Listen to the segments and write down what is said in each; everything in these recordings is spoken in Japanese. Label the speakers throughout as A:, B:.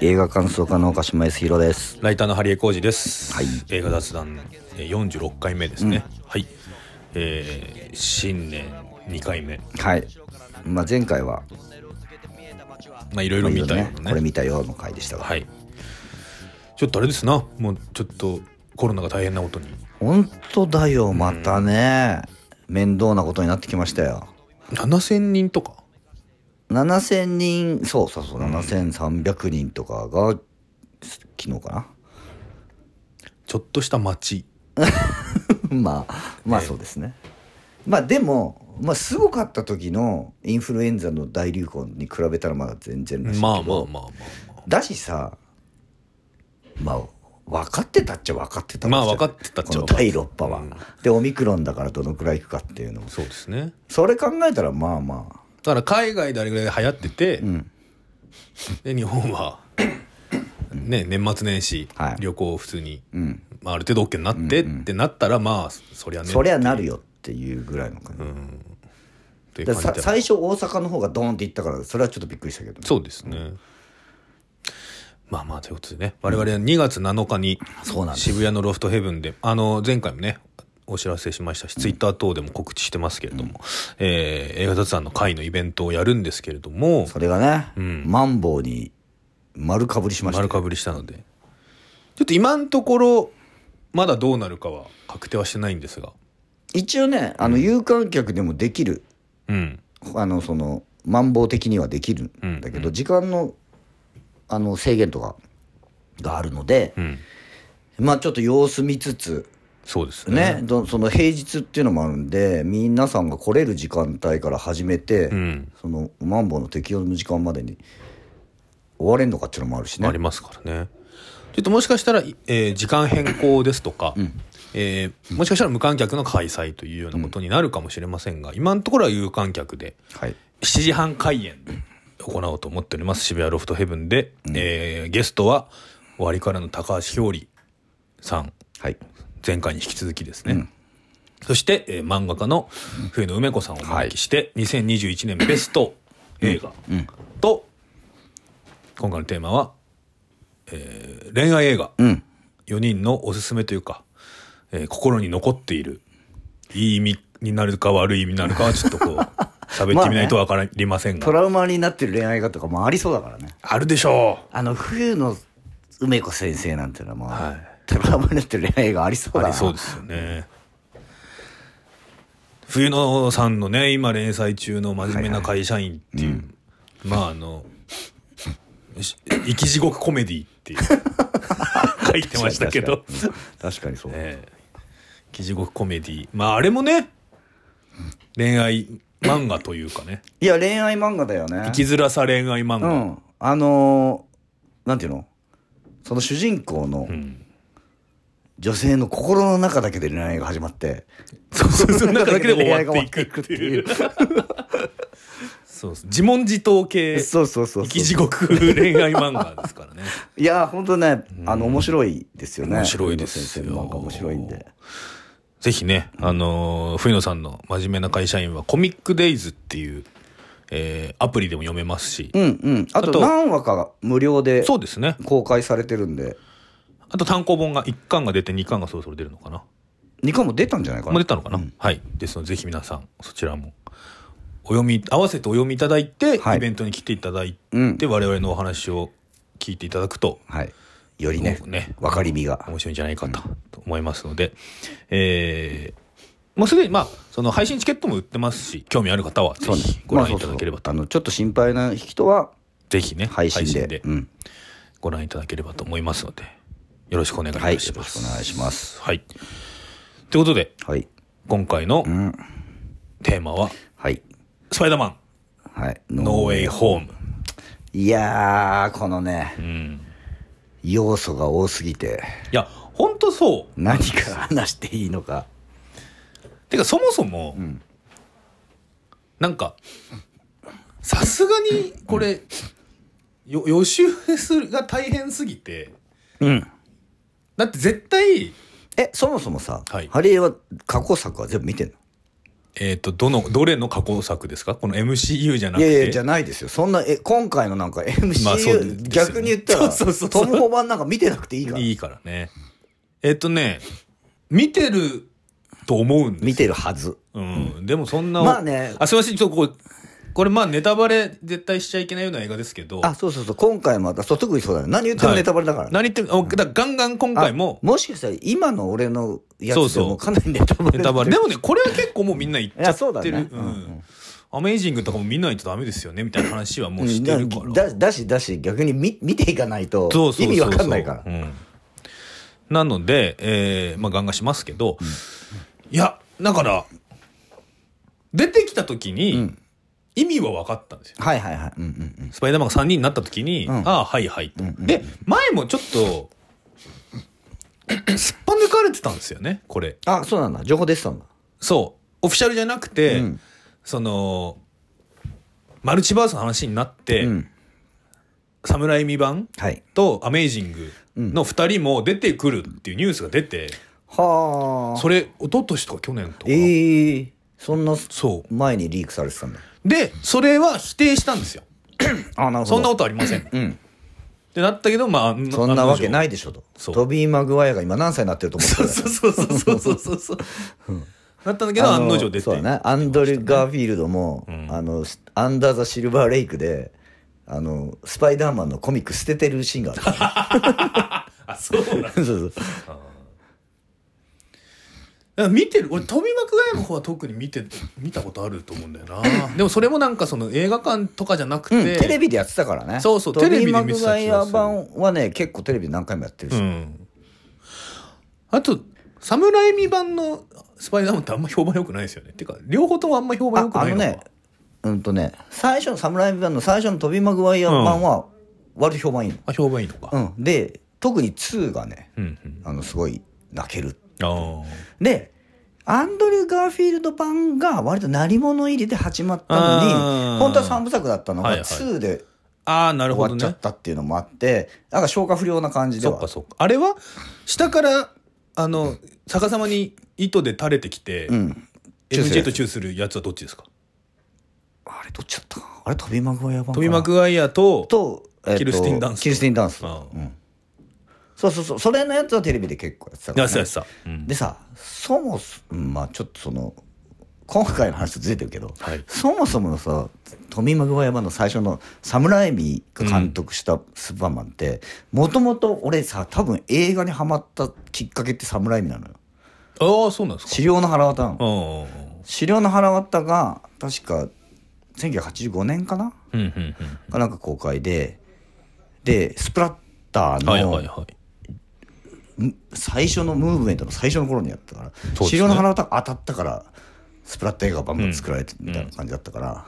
A: 映画感想家の岡島康弘です
B: ライターの張江浩二です、
A: はい
B: 映画雑談えー46回目ですね、はい、えー新年2回目
A: はい、まあ、前回は
B: まあいろいろ見たような
A: これ
B: ね
A: 見たよの回でしたが、
B: はいちょっとあれですなもうちょっとコロナが大変なことに
A: 本当だよまたね、面倒なことになってきましたよ
B: 7000人とか
A: 7000人そうそうそう7300人とかが昨日か
B: ちょっとした街
A: な まあまあそうですね、まあでも、まあ、すごかった時のインフルエンザの大流行に比べたらまだ全然らしいけど
B: まあまあまあまあ
A: だしさまあ分かってたっちゃ分かってた
B: まあ
A: こ
B: 分かってたっちゃ
A: の
B: 分かって
A: 第
B: た
A: 6波は、
B: うん
A: でオミクロンだからどのくらいいくかっていうのも
B: そうですね
A: それ考えたらまあまあ
B: だから海外であれぐらい流行ってて、
A: ん
B: で日 本は、ね、年末年始、
A: はい
B: 旅行普通に、
A: うん
B: まあ、ある程度 OK になって、ってなったらまあそそりゃね
A: そりゃなるよっていうぐらいの感じ、
B: って
A: だから
B: 感じ
A: さ
B: だよ
A: 最初大阪の方がドーンっていったからそれはちょっとびっくりしたけど、ね、
B: そうですね、まあまあということでね我々は2月7日に
A: そうなんです
B: 渋谷のロフトヘブンであの前回もねお知らせしましたし、ツイッター等でも告知してますけれども、えー映画雑談の会のイベントをやるんですけれども
A: それがね、マンボウに丸かぶりしました
B: 丸かぶりしたのでちょっと今のところまだどうなるかは確定はしてないんですが
A: 一応ねあの有観客でもできる、
B: うん
A: あのそのマンボウ的にはできるんだけど、時間のあの制限とかがあるので、
B: うん
A: まあちょっと様子見つつ
B: そうですね
A: ね、どその平日っていうのもあるんで皆さんが来れる時間帯から始めて、
B: ん
A: そのマンボウの適用の時間までに終われんのかっていうのもあるしね
B: ありますからねちょっともしかしたら、いえー時間変更ですとか、えーもしかしたら無観客の開催というようなことになるかもしれませんが、今のところは有観客で
A: はい、
B: 7時半開演で行おうと思っております渋谷ロフトヘブンで、えーゲストは終わりからの高橋表裏さん
A: はい、
B: 前回に引き続きですね、そして、えー漫画家の冬野梅子さんをお招きして、2021年ベスト映画と、今回のテーマは、えー恋愛映画、
A: うん
B: 4人のおすすめというか、えー心に残っているいい意味になるか悪い意味になるかはちょっ とこう喋ってみないとわかりませんが、
A: トラウマになってる恋愛画とかもありそうだからね
B: あるでしょ
A: あの冬の梅子先生なんていうのはもう、
B: う、はい
A: トラウマになってる恋愛がありそうだな
B: ありそうですよね。冬野さんのね、今連載中の真面目な会社員っていう、まああの、し生き地獄コメディって いう、書いてましたけど、
A: 確かにそう、
B: ええ生き地獄コメディ。まああれもね、恋愛漫画というかね、
A: いや恋愛漫画だよね
B: 生きづらさ恋愛漫
A: う
B: 画。
A: んあのーなんていうのその主人公の
B: ん
A: 女性の心の中だけで恋愛が始まって、
B: そうそうそう、その中だけで終わっていくって
A: 恋愛
B: いう
A: が。
B: そうそう自問自答 系、
A: そうそうそう
B: 生き
A: そ
B: 地獄恋愛漫画ですからね。
A: ういや本当ねあの面白いですよね
B: 面白いですよ
A: 冬野先生の漫画面白いんで
B: ぜひね、あのー冬野さんの真面目な会社員はコミックデイズっていう、えーアプリでも読めますし、
A: うんうんあ
B: あ
A: と
B: と
A: 何話か無料で
B: そうですね。
A: 公開されてるんで
B: あと単行本が1巻が出て2巻がそろそろ出るのかな。
A: 2巻も出たんじゃないか
B: もう
A: な
B: 出たのかな、はい。ですので、ぜひ皆さん、そちらも、お読み、合わせてお読みいただいて、
A: はい
B: イベントに来ていただいて、
A: うん
B: 我々のお話を聞いていただくと、
A: はいよりね
B: もうね
A: 分かりみが
B: 面白いんじゃないかとと思いますので、えーもうすでに、まあ、その配信チケットも売ってますし、興味ある方は、ぜひご覧いただければと。
A: まあそうそうあのちょっと心配な人は
B: ぜひね、
A: 配信でうん、
B: ご覧いただければと思いますので、よろしくお願いいたします。
A: はいよろしくお願いします。
B: はい。ということで、
A: はい
B: 今回の
A: ん
B: テーマは、
A: はい
B: スパイダーマン、
A: はい
B: ノーウェイホーム。
A: いやーこのね
B: うん。
A: 要素が多すぎて
B: いや、ほんとそう。
A: 何から話していいのか
B: てか、そもそも、なんか、さすがに、これ、よ予習するが大変すぎて、
A: うん
B: だって絶対、
A: えそもそもさ、
B: はい
A: ハリエは過去作は全部見てんの
B: えっ、と、どの、どれの過去作ですかこの MCU じゃなく
A: い
B: て。
A: やいや、じゃないですよ。そんな、え、今回のなんか MCU、
B: まあそうですよね
A: 逆に言ったら、
B: そうそうそ
A: ト
B: う
A: ム・ホバンなんか見てなくていいから。
B: いいからね。えっ、とね、見てると思うんですよ
A: 見てるはず。
B: うん、でもそんな、
A: まあね
B: あ、すいません、ちょっとこう、これまあネタバレ絶対しちゃいけないような映画ですけど、
A: あ、そうそうそう、今回も、あそう、特にそうだね。何言っても
B: はい
A: ネタバレだからね。
B: 何言ってる、おだからガンガン今回も
A: あ、もしかしたら今の俺のや
B: そう
A: つで
B: そう
A: もかなりネタバレ
B: ネタバ
A: で
B: レ。で
A: も
B: もね、これは結構もうみんな言っちゃ
A: いやそう
B: っ
A: だ
B: て
A: ね
B: る。
A: うん
B: うんアメイジングとかもみんな言っちゃダメですよね、みたいな話はもうしてるから。
A: だだしだし逆に見見ていかないと
B: そうそうそうそう
A: 意味わかんないから
B: うんなので、えーまあ、ガンガンしますけど、いや、だから、出てきた時に、意味は分かったんですよ。
A: はいはいはいうんうん
B: スパイダーマンが3人になった時に、
A: ん
B: ああ、はいはいと。で、前もちょっと、すっぱ抜かれてたんですよね、これ。
A: うんあそうなんだ情報出てたんだ
B: そう。オフィシャルじゃなくて、
A: うん
B: その、マルチバースの話になって、
A: うん
B: サムライミ版
A: はい
B: とアメイジングの2人も出てくるっていうニュースが出て、
A: はあ
B: それ、一昨年とか去年とか。
A: ええそんな
B: そう。
A: 前にリークされてたんだ
B: で、それは否定したんですよ。
A: あなるほど
B: そんなことありません。
A: うん
B: ってなったけど、まあ、。
A: そんなわけないいでしょと
B: そう
A: トビー・マグワイアが今何歳になってると思って
B: そう
A: る
B: そうそうそうそ うそう。なったんだけど、
A: あの
B: 案の定出て。
A: そうだねアンドリュー・ガーフィールドも、
B: ん
A: あのアンダー・ザ・シルバー・レイクであのスパイダーマンのコミック捨ててるシーンがある
B: あ、そうなんだ。だか
A: そうそう
B: ら見てる。俺、飛び幕ぐらいの方は特に見て、見たことあると思うんだよな。でもそれもなんかその映画館とかじゃなく
A: う
B: て。
A: ん、テレビでやってたからね
B: そうそう
A: トビー
B: テレビで
A: マ
B: 見
A: グ
B: てた
A: ワ
B: 気
A: イア
B: がする
A: 版はね結構テレビで何回もやってるし、
B: うん。あと、サムライミ版のスパイダーマンってあんま評判良くないですよね。てか、両方ともあんま評判
A: あ
B: 良く
A: あ
B: な
A: の
B: いのか。
A: ねうんとね最初の侍版の最初のトビー・マグワイア版は割と評判いいの、
B: あ、評判いいのか。
A: うんで特に2がね
B: うんうん。
A: あのすごい泣ける
B: あ
A: でアンドリュー・ガーフィールド版が割と鳴り物入りで始まったのに
B: あー
A: 本当は3部作だったの
B: は
A: が
B: いはい
A: 2で
B: あ。ああ、なるほ
A: 終
B: ど
A: わっちゃ
B: ね
A: っ。たっていうのもあってなんか消化不良な感じで
B: そっ
A: は
B: かそっか。あれは、下から、あの、逆さまに糸で垂れてきて、
A: うんチューする
B: MJ とチューするやつはどっちですか
A: あれどっちだったかなあれトビー・マグワイア版か
B: ト
A: な
B: ビー・マグワイアと、
A: と,、えと
B: キルスティンダンス
A: キルスティンダンス、
B: あ
A: うんそうそうそうそれのやつはテレビで結構やってたから
B: や
A: ね、
B: さやさ。うん
A: でさそもそうんまあちょっとその今回の話とずれてるけど、
B: はい
A: そもそものさトミー・マグワイア版の最初のサムライミが監督したスーパーマンってもともと俺さ多分映画にハマったきっかけってサムライミなのよ
B: ああ、そうなんですか。
A: 狩猟の腹渡なの
B: うんうんうん。
A: 狩猟の腹渡が確か1985年かな
B: うんうん
A: がなんか公開ででスプラッター
B: うん。はいはい
A: の
B: はい。
A: 最初のムーブメントの最初の頃にやったから
B: すね
A: 狩猟の花歌当たったからスプラッタ映画バンバン作られてみたいな感じだったから、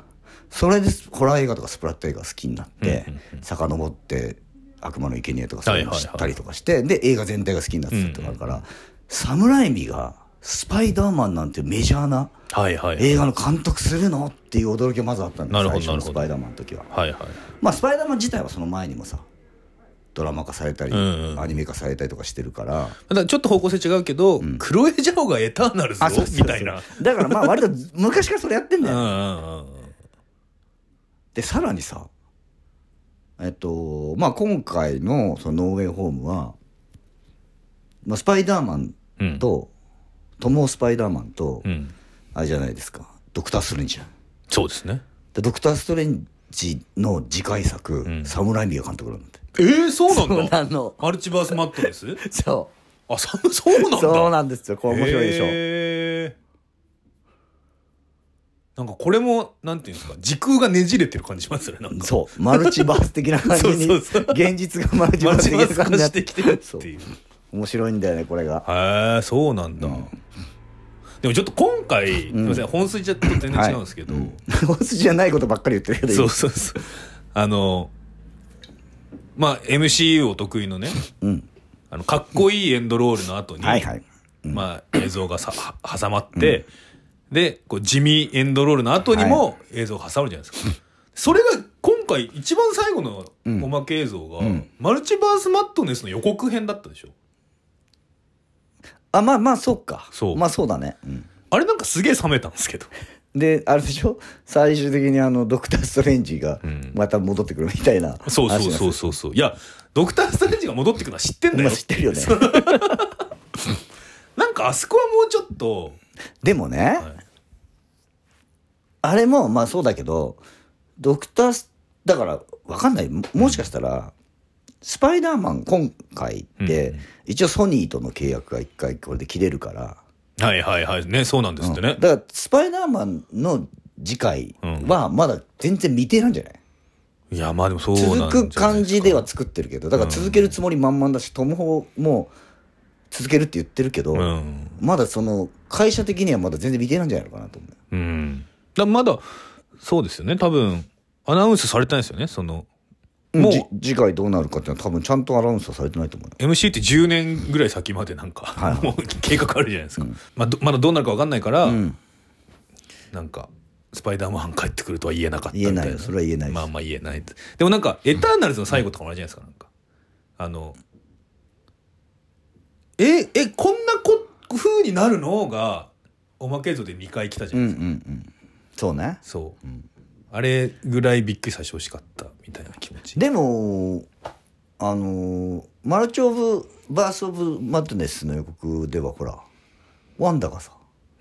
A: それでホラー映画とかスプラッタ映画好きになって、遡って「悪魔の生贄とかそういうの
B: はい
A: 知
B: はいはい
A: ったりとかして、で映画全体が好きになってたってのがあるから、サムライミがスパイダーマンなんてメジャーな
B: はいはいはい。
A: 映画の監督するのっていう驚きがまずあったんで
B: な
A: す
B: るほ
A: 最
B: ど
A: 初のス
B: な
A: パ
B: る
A: イダーマンの時は。
B: はいはい。
A: まあ、スパイダーマン自体はその前にもさドラマ化されたり、
B: うんうん
A: アニメ化されたりとかしてるから
B: ただちょっと方向性違うけど、クロエジャオがエターナルズを
A: そうそうそう
B: みたいな。
A: だからまあ 割と昔からそれやってん
B: う
A: だ
B: んう
A: よ、
B: んうんうん。
A: でさらにさえっとまあ今回のその「ノーウェイホームは」まあ、スパイダーマンと、トモ・スパイダーマンと、
B: うん。
A: あれじゃないですかドクター・ストレンジじゃん
B: そうですね。
A: でドクター・ストレンジの次回作、
B: ん
A: サムライミが監督なんだって
B: えー、そうなんだ。
A: の
B: マルチバースマットレス
A: そ
B: あ、そうそうなん
A: う
B: だ。
A: そうなんですよこれ面白いでしょ、
B: へーなんかこれも、なんていうんですか、時空がねじれてる感じしますよね、なんか。
A: そう、マルチバース的な感じに、
B: そうそうそう
A: 現実がマルチバー
B: マル
A: ス
B: チ
A: 的な
B: バース化
A: 感じにな
B: してきてる
A: そ
B: っ
A: う
B: ていう。
A: 面白いんだよね、これが。
B: へえ、そうなんだ。でもちょっと今回、すみません、本筋と全然違うんですけど、
A: 本筋じゃないことばっかり言ってるけど、
B: そうそうそう。あの、まあ、MCU お得意の ね、
A: ん
B: あの、かっこいいエンドロールの後に、
A: はいはい。
B: まあ、映像がさは挟まって、で、こう、地味エンドロールの後にも映像が挟まるじゃないですか。それが今回一番最後のおまけ映像が、
A: ん
B: マルチバースマットネスの予告編だったでしょ。
A: あ、まあまあ、そうか。
B: そう
A: まあそうだね。うん
B: あれなんかすげえ冷めたんですけど。
A: であれでしょ最終的にあのドクター・ストレンジが
B: ん
A: また戻ってくるみたいな
B: そうそうそううそうそう。いや、ドクター・ストレンジが戻ってくるのは知ってんだよ。
A: まあ知ってるよね
B: そうなんかあそこはもうちょっと、
A: でもね、
B: い
A: あれもまあそうだけどドクタースだからわかんないももしかしたら、スパイダーマン今回って、
B: うんうん
A: 一応ソニーとの契約が一回これで切れるから、
B: はいはいはい。ね、そうなんですってね
A: うん。だからスパイダーマンの次回はまだ全然未定なんじゃない、
B: いや、まあでもそうなんじゃない
A: 続
B: で
A: く
B: すか
A: 感じでは作ってるけどだから続けるつもり満々だし、トム・ホーも続けるって言ってるけど、
B: うん。
A: まだその会社的にはまだ全然未定なんじゃないのかなと思う
B: うん。だまだ、そうですよね。多分、アナウンスされてないですよね。その、もう
A: じ次回どうなるかっていうのは多分ちゃんとアナウンスはされてないと思うよ
B: MC って10年ぐらい先までなんか、
A: はいはい
B: もう計画あるじゃないですか。まあ、どまだどうなるか分かんないから、
A: ん
B: なんか、スパイダーマン帰ってくるとは言えなかったみた
A: 言え
B: いな。
A: ないよそれは言えないです
B: まあまあ言えない。でもなんか、エターナルズの最後とかもあるじゃないですか、なんか。あの、え、え、こんなこ風になるのが、おまけ像で2回来たじゃ
A: うん
B: ないですか。
A: うんうんそうね
B: そう、あれぐらいびっくりさせてほしかったみたいな気持ち
A: でもあのーマルチ・オブ・バース・オブ・マッドネスの予告ではほらワンダがさ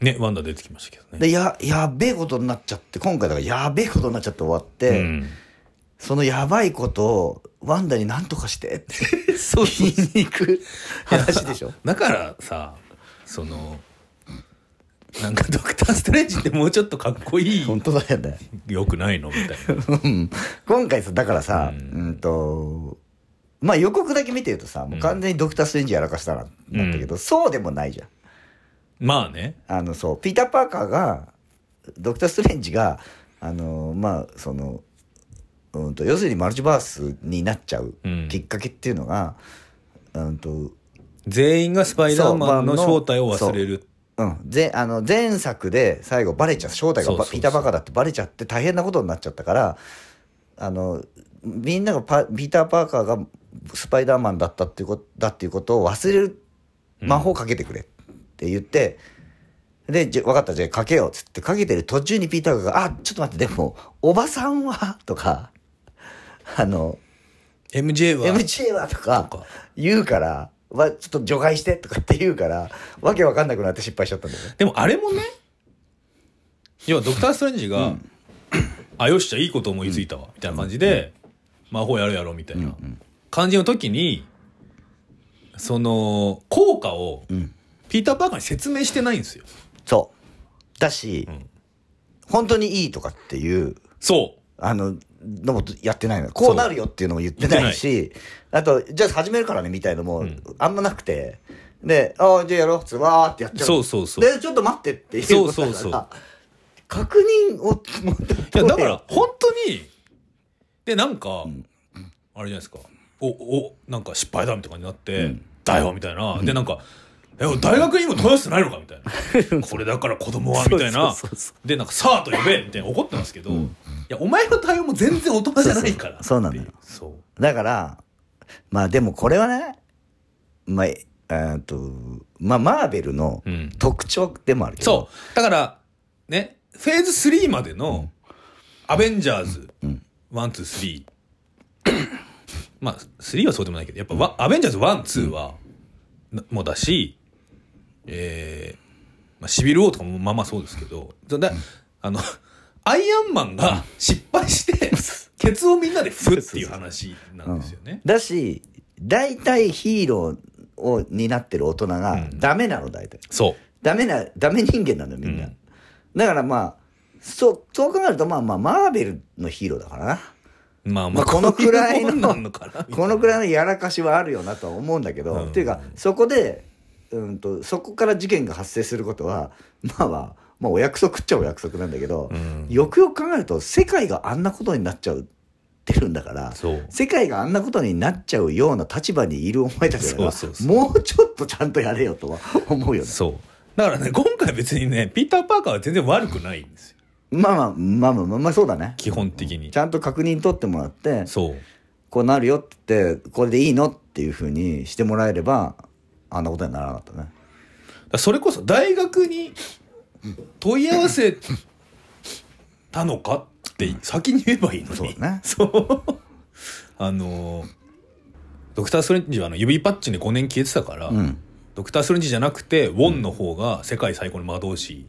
B: ねワンダ出てきましたけどね
A: でややべえことになっちゃって今回だからやべえことになっちゃって終わって、
B: うん、
A: そのやばいことをワンダになんとかしてって
B: そう
A: 言いに行く話でしょ
B: だからさそのなんかドクター・ストレンジってもうちょっとかっこい
A: 本
B: い
A: 当だよね
B: よくないのみたいな
A: うん今回さだからさ、
B: う
A: うんん、とまあ予告だけ見てるとさもう完全にドクター・ストレンジやらかしたななんだけど、そうでもないじゃん
B: まあね
A: あのそうピーター・パーカーがドクター・ストレンジがあのまあその、うん、と要するにマルチバースになっちゃう
B: うん
A: きっかけっていうのが、うんと
B: 全員がスパイダーマンの
A: そう
B: 正体を忘れる
A: うん、ぜあの前作で最後バレちゃう正体が
B: そうそう
A: ば
B: そう
A: ピーター・パーカーだってバレちゃって大変なことになっちゃったからあのみんながパピーター・パーカーがスパイダーマンだったっていうことだっていうことを忘れる魔法かけてくれって言って、でじゃ分かったじゃあかけようっつってかけてる途中にピーター・パーカーが「あちょっと待ってでもおばさんは?」とか「あの
B: MJ は
A: MJ は?」とか
B: とか
A: 言うから。はちょっと除外してとかって言うからわけわかんなくなって失敗しちゃったんだよね
B: でもあれもね要はドクター・ストレンジが「あよっしゃいいこと思いついたわ」みたいな感じで「魔法やるやろ」みたいな感じの時にその効果を
A: ん
B: ピーター・パーカーに説明してないんですよ。
A: そう。だし、本当にいいとかっていう、
B: そう
A: あの、のもやってないの。こうなるよっていうのも言ってないし、あと、じゃあ始めるからねみたいのも、
B: ん
A: あんまなくて、で、ああ、じゃあやろうっつってわーってやっちゃう。
B: そうそうそう
A: で、ちょっと待ってっていうことだから。
B: そうそうそう
A: 確認を、もう
B: いやだから、本当にでなんか、あれじゃないですかおおなんか失敗だみたいな感じになって、だよみたいな、でなんかえ大学にも問い合わせてないのかみたいなこれだから子供はみたいな
A: そうそうそ
B: でなんか「さあ」と呼べみたいな怒ってますけど、いやお前の対応も全然大人じゃないから
A: そうそうそうなのよ
B: っていそう
A: だから、まあでもこれはね、まあ、ええーっと、まあ、マーベルの
B: うん
A: 特徴でもあるけど、
B: そうだからねフェーズ3までの「アベンジャーズ」123、まあ3はそうでもないけどやっぱワン、アベンジャーズ12は、なもだしえーまあ、シビル王とかもまあまあそうですけどそであのアイアンマンが失 敗してケツをみんなで振るっていう話なんですよね。
A: だし大体ヒーローをになってる大人
B: う
A: が
B: ん
A: ダメなの大体
B: そう
A: ダメなダメ人間なのよみんな、
B: うん
A: だからまあそうそう考えるとまあまあマーベルのヒーローだからな
B: まあ
A: まあこのくらいの
B: こううもんなのかなみたいな
A: このくらいのやらかしはあるよなとは思うんだけど、
B: うん
A: っていうかそこでうんとそこから事件が発生することは まあまあまあお約束っちゃお約束なんだけど、
B: うん
A: よくよく考えると世界があんなことになっちゃうってるんだから
B: そう
A: 世界があんなことになっちゃうような立場にいるお前たちだから
B: そうそうそう
A: もうちょっとちゃんとやれよとは 思うよね
B: そう。だからね、今回別にね、ピーター・パーカーは全然悪くないんですよ。
A: まあまあまあまあまあ、まあ、そうだね
B: 基本的に
A: ち。ゃんと確認取ってもらって
B: そう。
A: こうなるよって言ってこれでいいのっていうふうにしてもらえればあんなことにならなかったね
B: だからそれこそ大学に問い合わせたのかって先に言えばいいのに
A: そうだね
B: そうあのドクター・ストレンジはあの指パッチンで5年消えてたから、
A: うん
B: ドクター・ストレンジじゃなくてウォンの方が世界最高の魔導士に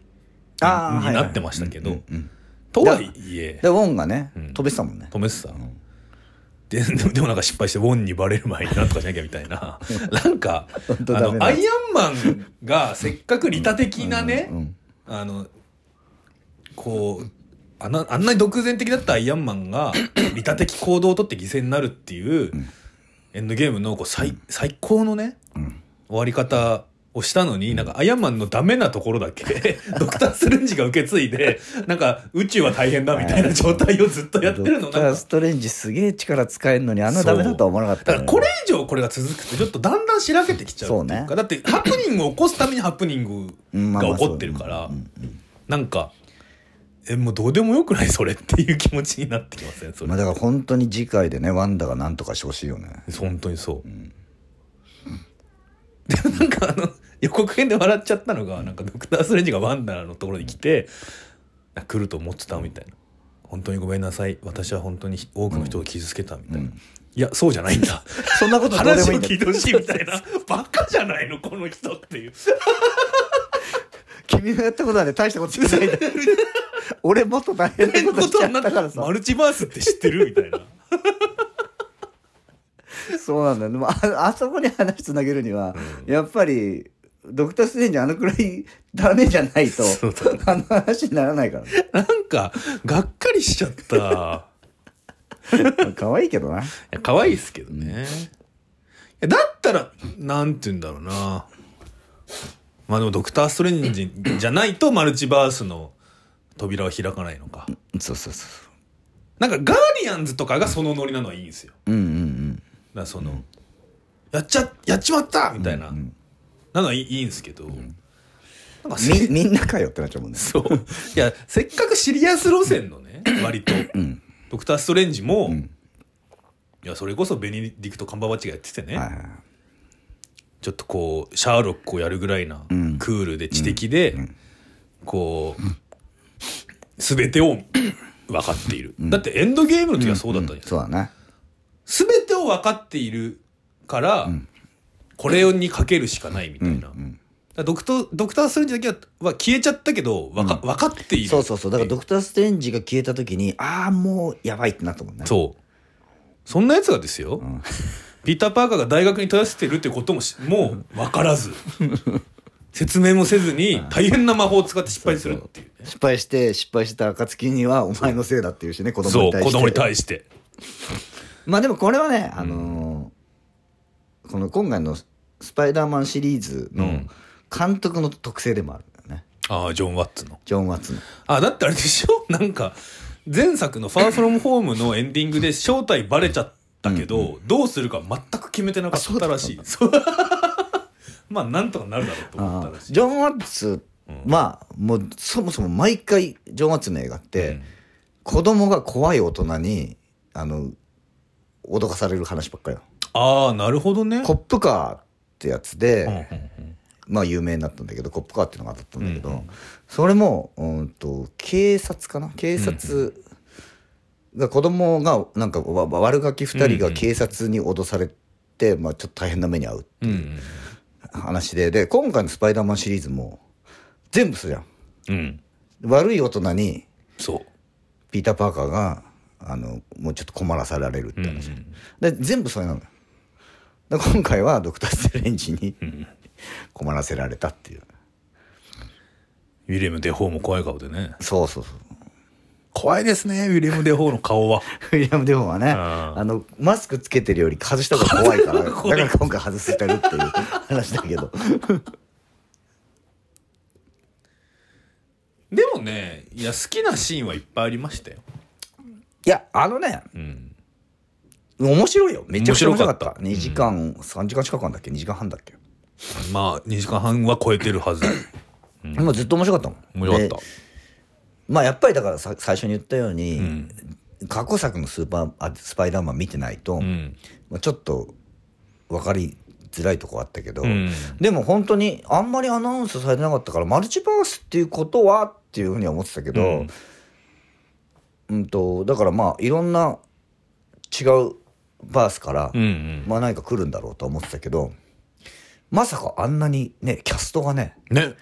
A: あーはいはい
B: なってましたけ
A: う
B: ど、
A: んうん
B: とはいえ
A: でウォンがね
B: うん
A: 飛べてたもんね
B: 止めてた、
A: ん
B: ででもでもなんか失敗してウォンにバレる前になんとかしなきゃみたいななんか
A: 本当
B: あ
A: ダメ
B: の
A: だ
B: アイアンマンがせっかく利他的なね、
A: うん
B: あのこうあなあんなに独善的だったアイアンマ ンが利他的行動をとって犠牲になるっていう、エンドゲームのこう最最高のね、
A: ん
B: 終わり方をしたのに、なんかアイアンマンのダメなところだけ ドクター・スレンジが受け継いでなんか宇宙は大変だみたいな状態をずっとやってるの
A: ドクタ
B: なん
A: ー
B: か
A: ストレンジすげえ力使えるのにあんなダメだとは思わなかった
B: だ
A: よ
B: か
A: ね
B: らこれ以上これが続くとちょっとだんだんしらけてきちゃうっていう
A: そう
B: か
A: ね
B: だってハプニングを起こすためにハプニング
A: うんま
B: が
A: あまあ
B: 起こってるからなんかえもうどうでもよくないそれっていう気持ちになってきませんそれ
A: まあだから本当に次回でねワンダがなんとかしてほしいよね
B: 本当にそう、でもなんかあの予告編で笑っちゃったのがなんかドクター・ストレンジがワンダーのところに来て、あ来ると思ってたみたいな本当にごめんなさい私は本当に多くの人を傷つけたみたいな、いやそうじゃないんだ
A: そんなことどうで
B: 話
A: もい
B: を
A: いんだ
B: 聞いてほしいみたいな バカじゃないのこの人っていう
A: 君がやったことはね大したことじゃない んだ俺もっと大変なことしちゃ
B: に
A: っ
B: な
A: たから
B: る
A: さ
B: マルチバースって知ってるみたいな
A: そうなんだよでもああそこに話つなげるには、やっぱりドクター・ストレンジあのくらいダメじゃないと
B: そうだね
A: あの話にならないからね
B: なんかがっかりしちゃった
A: 可愛いけどない
B: や可愛いですけどね、いやだったらなんて言うんだろうなまあでもドクター・ストレンジじゃないとマルチバースの扉は開かないのか
A: そうそうそ
B: なんかガーディアンズとかがそのノリなのはいいんですよ
A: ううんうん
B: だからその、やっちゃやっちまったみたいな、なのはいいいいんですけど、なんか
A: うんみみんなかよってなっちゃうもんね
B: そう いやせっかくシリアス路線のね割と、ドクター・ストレンジも、いやそれこそベネディクト・カンバーバッチがやっててね、
A: はいはいはい
B: ちょっとこうシャーロックをやるぐらいな、
A: ん
B: クールで知的で、こ う全てを分かっている、だってエンドゲームの時はそうだったじゃないですか、
A: そうだね
B: 全てを分かっているから、これにかけるしかないみたいな、だからドクトドクター・ストレンジだけはは消えちゃったけど分か,、分かっている
A: そうそうそうだからドクター・ストレンジが消えた時にああもうやばいってなったもんね
B: そう。そんなやつがですよ、ピーター・パーカーが大学に問わせてるってこともしもう分から ず説明もせずに大変な魔法を使って失敗するっていうね
A: 失敗して失敗した暁にはお前のせいだっていうしね子供
B: そ
A: に
B: う
A: 対して
B: 子供に対して
A: まあでもこれはね、あのーこの今回の「スパイダーマン」シリーズ
B: う
A: の
B: ん
A: 監督の特性でもあるんだよね、
B: ああジョン・ワッツの
A: ジョン・ワッツの。
B: あだってあれでしょ なんか前作の「ファーフロムホーム」のエンディングで正体バレちゃったけど、どうするか全く決めてなかったらしいそう まあなんとかなるだろうと思っ
A: あ
B: たら
A: あ
B: しい
A: ジョン・ワッツは、もうそもそも毎回ジョン・ワッツの映画って、
B: うん
A: 子供が怖い大人にあの脅かされる話ばっかりよ。
B: ああなるほどね
A: コップカーってやつで、
B: うんうんうん
A: まあ有名になったんだけどコップカーっていうのがあったんだけど、それもうんと警察かな警察が子供がなんかわわ悪ガキ2人が警察に脅されて、まあ、ちょっと大変な目に遭う
B: うんうん
A: 話でで今回の「スパイダーマン」シリーズも全部そうじゃん
B: うん
A: 悪い大人に
B: そう
A: ピーター・パーカーがあのもうちょっと困らされるって話、で全部それなのよで今回はドクター・ストレンジに困らせられたっていう
B: ウィリアム・デ・ホーも怖い顔でね。
A: そうそうそう
B: 怖いですね、ウィリアム・デ・ホーの顔は。
A: ウィリアム・デフォンはね、
B: ん
A: あの、マスクつけてるより外した方が怖いから、だ
B: 怖
A: か
B: い
A: ら今回外せてるっていう話だけど。
B: でもね、いや、好きなシーンはいっぱいありましたよ。
A: いや、あのね、
B: うん。
A: 面白いよ。めちゃくちゃ面白かった。
B: 面白かった
A: 2時間、3時間近くあんだっけ ?2 時間半だっけ、
B: まあ、2時間半は超えてる はず。
A: でもずっと面白かったもん。
B: 面白かっ
A: でまあ、やっぱりだからさ最初に言ったように、
B: ん
A: 過去作のスーパーあスパイダーマン見てないと、
B: た。うん。
A: まあ、ちょっと分かり辛いとこあったけど、
B: うん
A: でも本当にあんまりアナウンスされてなかったからマルチバースっていうことはっていうふうには思ってたけど、
B: う
A: うんん、とだからまあいろんな違うバースから、
B: うんうん
A: まあ何か来るんだろうとは思ってたけどまさかあんなにねキャストがね
B: ね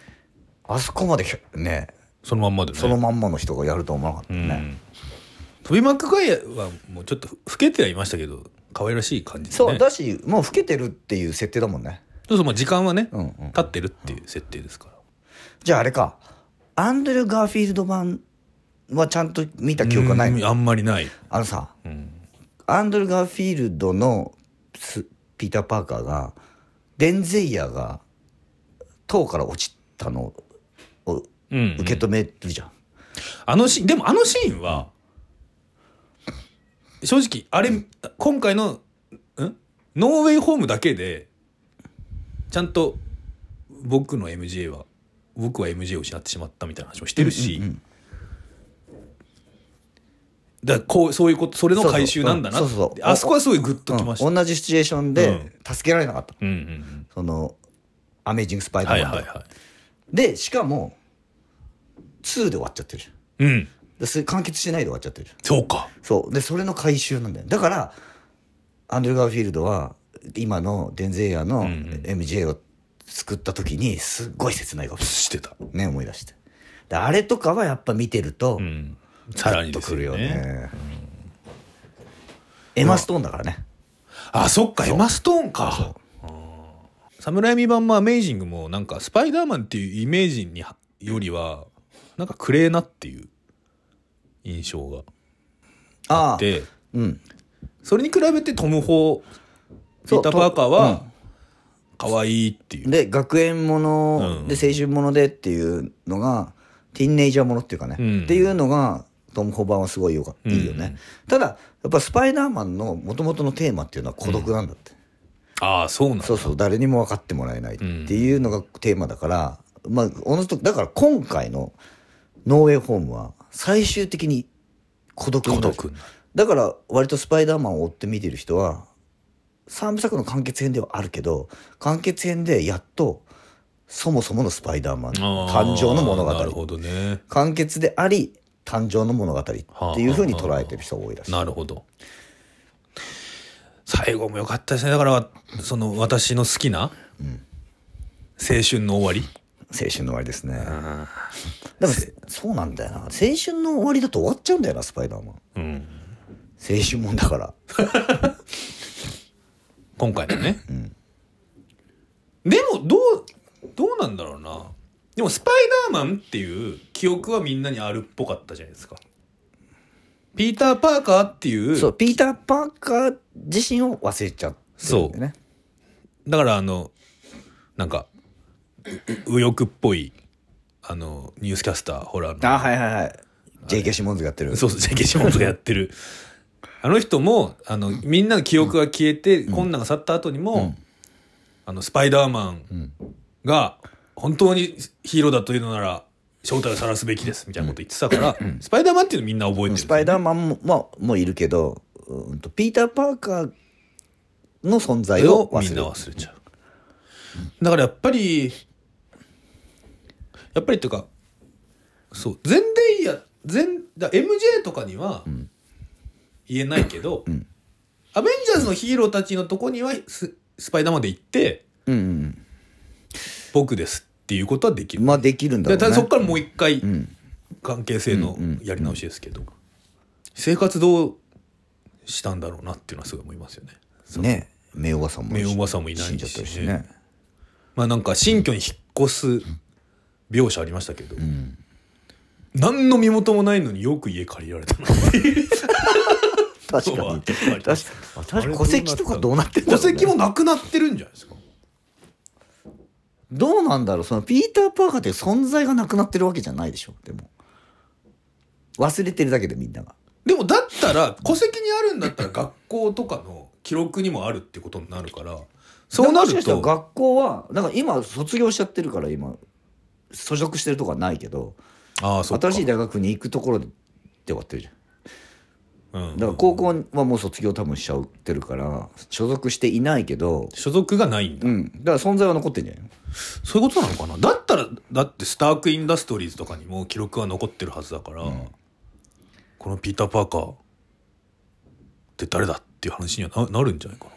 A: あそこまでひょね
B: そのまんまでね
A: そのまんまの人がやるとは思わなかった
B: う
A: ね。
B: ん飛び幕ガイはもうちょっと老けてはいましたけど可愛らしい感じです
A: そう、
B: ね
A: だしもう老けてるっていう設定だもんね
B: そうそうまあ時間はね、
A: うんうん
B: 経ってるっていう設定ですから
A: じゃああれかアンドリュー・ガーフィールド版はちゃんと見た記憶がない
B: うんあんまりない、
A: あのさ
B: うん
A: アンドリュー・ガーフィールドのスピーター・パーカーがデンゼイヤーが塔から落ちたのを
B: うんうん
A: 受け止めるじゃん、
B: あのシーンでもあのシーンは正直あれ、今回のんノーウェイホームだけでちゃんと僕の MJ は僕は MJ を失ってしまったみたいな話もしてるし、だからこうそういうことそれの回収なんだなって
A: そうそうそうそう
B: あそこはすごいグッときました、
A: うん同じシチュエーションで助けられなかった、
B: うんうん
A: そのアメイジング・スパ
B: う
A: イ
B: ん
A: ダー
B: は
A: マ
B: い
A: ンが
B: はいは
A: でしかも2で終わっちゃってるじゃん
B: いうん
A: です完結しないで終わっちゃってる
B: そうか
A: そうでそれの回収なんだよだからアンドリュー・ガーフィールドは今のデンゼイヤーの
B: うんうん
A: MJ を作った時にすっごい切ない顔し
B: してた、
A: てね思い出してであれとかはやっぱ見てると
B: うん、
A: さ
B: さら
A: らっ
B: に
A: と
B: です
A: く
B: よ
A: る
B: ね
A: よねエマ・ストーンだからね
B: あそっかエマ・ストーンかあーサムライミ版もアメイジングもなんかスパイダーマンっていうイメージにはよりはなんか暗えなっていう印象があ
A: あ
B: っ
A: あ
B: て
A: うん
B: それに比べてトム・ホーピ
A: そう
B: ーター・パーカーは可愛いっていう、
A: で学園もの
B: うん
A: で青春ものでっていうのがティーンネイジャーものっていうかね、
B: うん
A: っていうのがトム・ホバンはすごいよか
B: うん
A: いいよね、ただやっぱスパイダーマンのもともとのテーマっていうのは孤独なんだって、
B: ああそうなんだ
A: そうそう誰にも分かってもらえないっていうのがテーマだから、まあおのずとだから今回の「ノーウェイ・ホーム」は最終的に孤独
B: 孤
A: になる
B: 独な
A: だから割と「スパイダーマン」を追って見てる人は3部作の完結編ではあるけど完結編でやっとそもそもの「スパイダーマン」
B: あー
A: 誕生の物
B: なるほ
A: 語
B: どね
A: 完結であり誕生の物語っていうふうに捉えてる人が多いらしい。
B: なるほど最後も良かったですねだからその私の好きな青春の終わり、
A: 青春の終わりですね。でもそうなんだよな青春の終わりだと終わっちゃうんだよなスパイダーマン。
B: うん、
A: 青春もんだから。
B: 今回のね、でもどうどうなんだろうなでも「スパイダーマン」っていう記憶はみんなにあるっぽかったじゃないですかピーター・パーカーっていう
A: そうピーター・パーカー自身を忘れちゃってるんだよね。
B: だからあのなんかう右翼っぽいあのニュースキャスターホラーの
A: あはいはいはい。JK シモンズがやってる。
B: そうそう、ジャケシモンズがやっ てる。あの人も、あの、みんなの記憶が消えて、困難が去った後にも、あの、スパイダーマンが、本当にヒーローだというのなら、正体を晒すべきです、みたいなこと言ってたから、スパイダーマンっていうのみんな覚えてるんです
A: ス
B: よ。
A: パイダーマンも,、まあ、もういるけどうんとピーター・パーカーの存在を
B: み
A: 忘
B: ん
A: れ
B: な
A: る
B: 忘れちゃう。だからやっぱり、やっぱりっていうか、そう、全デイヤ、全、だ MJ とかには言えないけど、アベンジャーズのヒーローたちのとこにはススパイダーマンで行って、
A: うんうん
B: 僕ですっていうことはでき
A: うん
B: る。
A: まあできるんだろ
B: で
A: うね
B: ただそこからもう一回
A: ん、
B: 関係性のやり直しですけど、生活どうしたんだろうなっていうのはすごい思いますよね。
A: ねメイおばさんも
B: メイおばさんもいないし
A: 死んじゃってるしね
B: まあなんか新居に引っ越す描写ありましたけど、
A: ん
B: 何の身元もないのによく家借りられたなっていう
A: 確か
B: そう
A: に
B: 確
A: 確
B: か
A: か
B: に
A: に確かに戸籍とかどうなってんだ
B: 戸
A: ろう、ね、
B: 籍もなくなってるんじゃないですか
A: どうなんだろうそのピーター・パーカーって存在がなくなってるわけじゃないでしょでも忘れてるだけでみんなが
B: でもだったら戸籍にあるんだったら学校とかの記録にもあるってことになるからそうな
A: でもしか
B: る
A: したら
B: と
A: 学校はなんか今卒業しちゃってるから今所属してるとこはないけど
B: ああそうか
A: 新しい大学に行くところで終わってるじゃん
B: うん
A: だから高校はもう卒業多分しちゃってるから所属していないけど
B: 所属がないんだ
A: うんだから存在は残ってんじゃないの
B: そういうことなのかなだったらだってスターク・インダストリーズとかにも記録は残ってるはずだから、このピーター・パーカーって誰だっていう話にはななるんじゃないか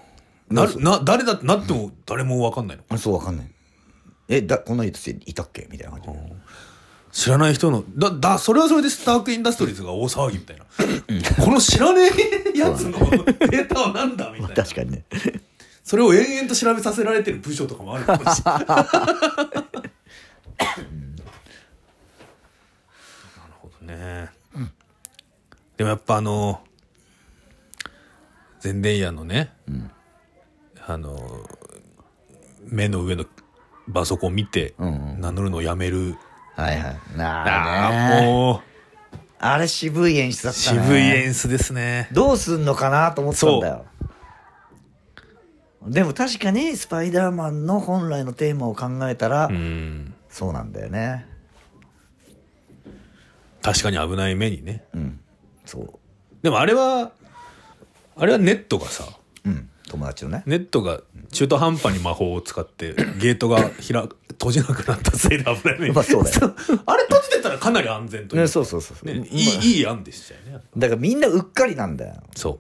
B: ななるな誰だってなっても誰も分かんないの
A: あそうわかんないえだこんな人たちいたっけみたいな感じで
B: 知らない人のだだそれはそれでスターク・インダストリーズが大騒ぎみたいな、この知らねえやつのデータは何だみたいな
A: 確かにね
B: それを延々と調べさせられてる部署とかもあるかもしれ ないなるほどね、でもやっぱあのゼンデイヤのね、あの目の上のバソコン見て
A: ん
B: 名乗るのをやめる、
A: はいはいなあ
B: ああ
A: ね
B: も
A: あれ渋い演出だ
B: う
A: ったね
B: 渋い演出ですね
A: どうすんのかなと思ってたんだよでも確かにスパイダーマンの本来のテーマを考えたら、
B: うん
A: そうなんだよね
B: 確かに危ない目にね
A: うんそう
B: でもあれはあれはネットがさ
A: うん友達のね
B: ネットが中途半端に魔法を使ってゲートが開く閉じなくなったせいで危ないね
A: まあそうだよ
B: あれ閉じてたらかなり安全という
A: ね
B: か
A: そうそうそうそう、
B: ね
A: まあ
B: いいいい案でしたよね
A: だからみんなうっかりなんだよ
B: そ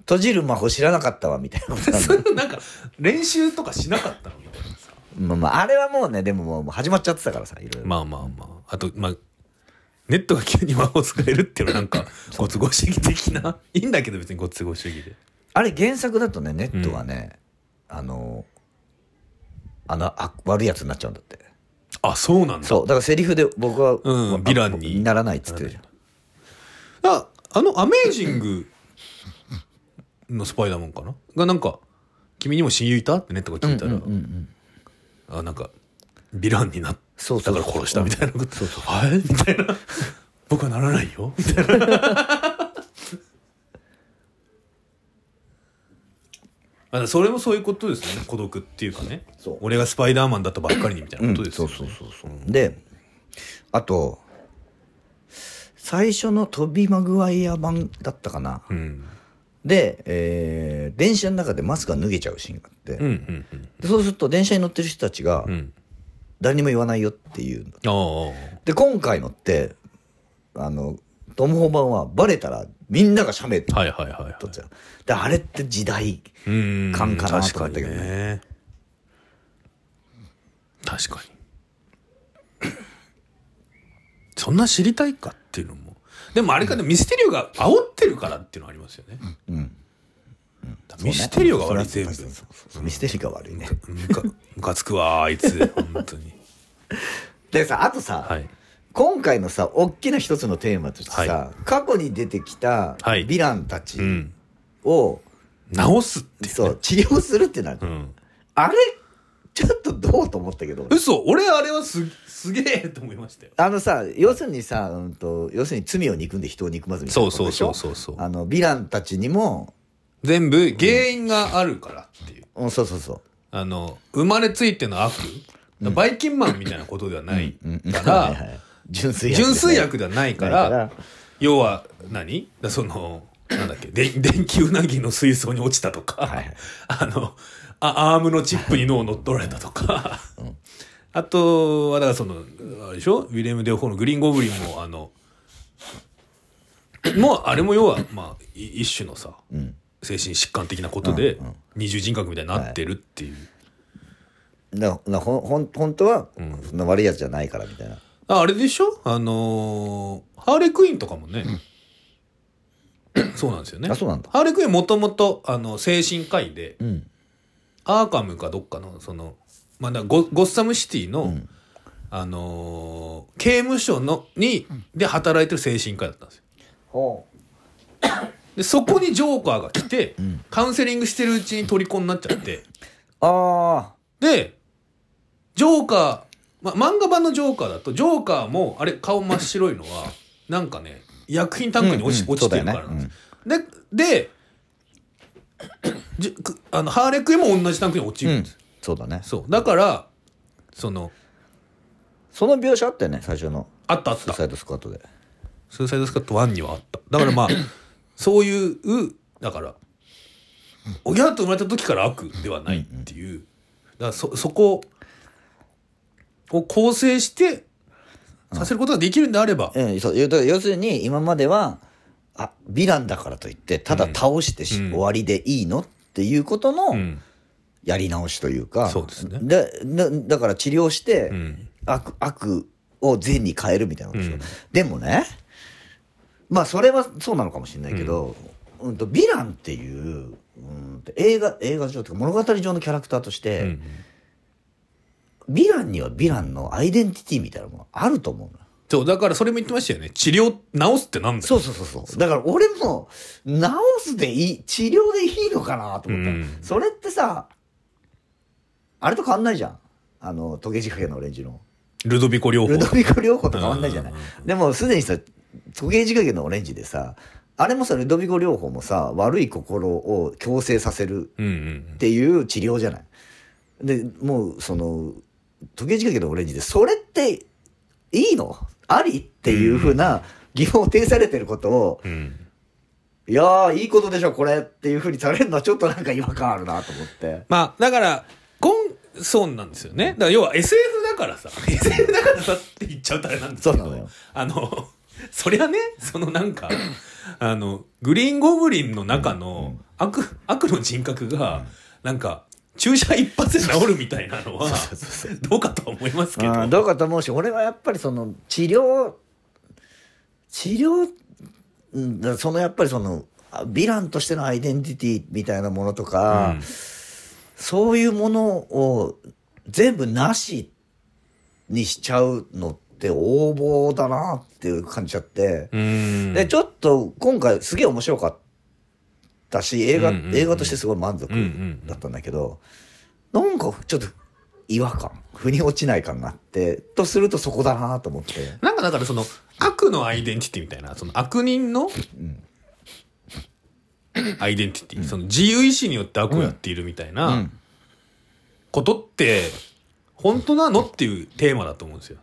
A: 閉じる魔法知らなかったわみたいなことなんだよ
B: うなんか練習とかしなかったのみたいなさ
A: まあまああれはもうねでももう始まっちゃってたからさいろいろ、
B: まあまあまああとまあネットが急に魔法使えるっていうのはなんかご都合主義的ないいんだけど別にご都合主義で
A: あれ原作だとねネットはね、あのあのあ悪いやつになっちゃうんだって
B: あそうなんだ
A: そうだからセリフで僕は、
B: うん
A: あ
B: ヴィランに
A: ならないっつってるじゃん
B: ああの「アメージング」のスパイダーマンかながなんか「君にも親友いた?」ってネットが聞いたら、あなんかヴィランになっ
A: そう
B: た
A: そうそ
B: か
A: う
B: ら殺したみたいなこと
A: そうそう
B: 「はい?」みたいな「僕はならないよ」みたいなあそれもそういうことですよね孤独っていうかね
A: そう
B: 俺がスパイダーマンだったばっかりにみたいなことですよね、
A: そうそうそうそうであと最初のトビ・マグワイア版だったかな、
B: うん、
A: で、えー電車の中でマスクが脱げちゃうシーンがあって、
B: うんうんうん
A: でそうすると電車に乗ってる人たちが
B: うん
A: 誰にも言わないよっていう
B: ああ
A: で今回のってあのトム・ホーバンはバレたらみんなが写メ撮っ
B: はいはいはい、はい。
A: ちゃうであれって時代
B: うん
A: 感かな
B: 確
A: と
B: か
A: 思った
B: に
A: けどね
B: ね。確かに。そんな知りたいかっていうのも。でもあれかね、ミステリオが煽ってるからっていうのはありますよね。
A: うん
B: だからミステリオが悪い全部。
A: そうそうそうミステリオが悪いね
B: むかむかつくわあいつ 本当に。
A: でさあとさ、
B: はい。
A: 今回のさ大きな一つのテーマとしてさ、
B: は
A: 過去に出てきた
B: は
A: ヴ
B: い
A: ィランたち
B: うん。
A: を、
B: 直すっていう、ね。
A: そう治療するってなる、
B: うん。
A: あれちょっとどうと思ったけど俺
B: 嘘俺あれはすすげえと思いましたよ。
A: あのさ要するにさ、うん、と要するに罪を憎んで人を憎まずみたいな
B: そう
A: こと
B: そう
A: でしょ
B: そうそうそう。
A: あのヴィランたちにも、
B: 全部原因があるからっていう。
A: うん、そうそうそう
B: あの、生まれついての悪、バイキンマンみたいなことではない か
A: はいは
B: ら、
A: い純粋薬
B: 純粋薬ではない
A: な
B: か
A: いから
B: ら、要は何、だその、なんだっけ、で 電気うなぎの水槽に落ちたと
A: は
B: か
A: いはい、
B: あの、あアームのチップに脳を乗っ取られたとか、 あとは、だからその、あれでしょウィレム・デオ・フォーのグリーン・ゴブリンも、あの、 もう、あれも要は、まあ、い一種のさ、
A: うん
B: 精神疾患的なことで
A: うんうん、
B: 二重人格みたいになってるっていう。
A: ななほんほん本当はそんな悪いやつじゃないからみたいな、
B: ああれでしょあのーハーレクイーンとかもね、 そうなんですよね
A: あそうなんだ
B: ハーレクイーンもともとあの精神科医で、
A: ん
B: アーカムかどっかのその、まあ、だゴゴッサムシティの、あのー刑務所のにで働いてる精神科医だったんですよ
A: ほ
B: でそこにジョーカーが来て、カウンセリングしてるうちに虜になっちゃって
A: うあ
B: でジョーカー、ま、漫画版のジョーカーだとジョーカーもあれ顔真っ白いの はなんかね薬品タンクに落ち,、
A: うんうん
B: 落ちてるからなんです、ででじくあのハーレクインも同じタンクに落ち
A: あう
B: るん
A: ん
B: です、
A: そうだね
B: そうだからその
A: その描写あったよね最初の
B: あったあっ
A: スー
B: た
A: サイドスクワットで
B: スーサイドスカット1にはあっただからまあそういうだから親と生まれた時から悪ではないっていう、だからそそこを構成してさせることができるんであれば、
A: うん、そう要要するに今まではあヴィランだからといってただ倒してし、
B: うん
A: 終わりでいいのっていうこと
B: う
A: の
B: ん
A: やり直しというか、
B: そうですね
A: でだだから治療して、
B: うん
A: 悪悪を善に変えるみたいなことでしょ、
B: うん
A: でもねまあそれはそうなのかもしれないけど、うんとヴィランっていう、うんと、映画映画上というか物語上のキャラクターとし
B: う
A: て、
B: ん
A: ヴィランにはヴィランのアイデンティティみたいなものあると思うのよ
B: そうだからそれも言ってましたよね治療治すってなんだよ
A: そうそうそうそうだから俺も治すでいい治療でいいのかなと思った、
B: うん
A: それってさあれと変わんないじゃんあのトゲ仕掛けのオレンジの
B: ルドビコ療法
A: ルドビコ療法と変わんないじゃない
B: うん
A: でもすでにさトゲ仕掛けのオレンジでさあれもさルドビコ療法もさ悪い心を強制させる
B: うんう
A: っ
B: ん
A: ていう治療じゃない。でもうその時計仕掛けのオレンジでそれっていいのありっていうふうな疑問を呈されてることを、
B: うん
A: いやーいいことでしょこれっていうふうにされるのはちょっとなんか違和感あるなと思って。
B: まあだからゴンそうなんですよねだから要は SF だからさ SF だからさって言っちゃうとあれなんですけ
A: そうなの
B: ど
A: よ
B: あのそりゃねそのなんかあのグリーンゴブリンの中の悪,、悪の人格がなんか注射一発で治るみたいなのはどうかとは思いますけど
A: うんどうかと思うし俺はやっぱりその治療治療うんだそのやっぱりそのあヴィランとしてのアイデンティティみたいなものとか、
B: うん
A: そういうものを全部なしにしちゃうのって横暴だなっていう感じちゃって、
B: うん
A: でちょっと今回すげえ面白かったし映画,、
B: うんうんうん
A: 映画としてすごい満足
B: うんうん
A: だったんだけど、なんかちょっと違和感腑に落ちない感があってとするとそこだなと思って
B: なんかだからその悪のアイデンティティみたいなその悪人のアイデンティティ、その自由意志によって悪をやっているみたいなことって本当なのっていうテーマだと思うんですよ。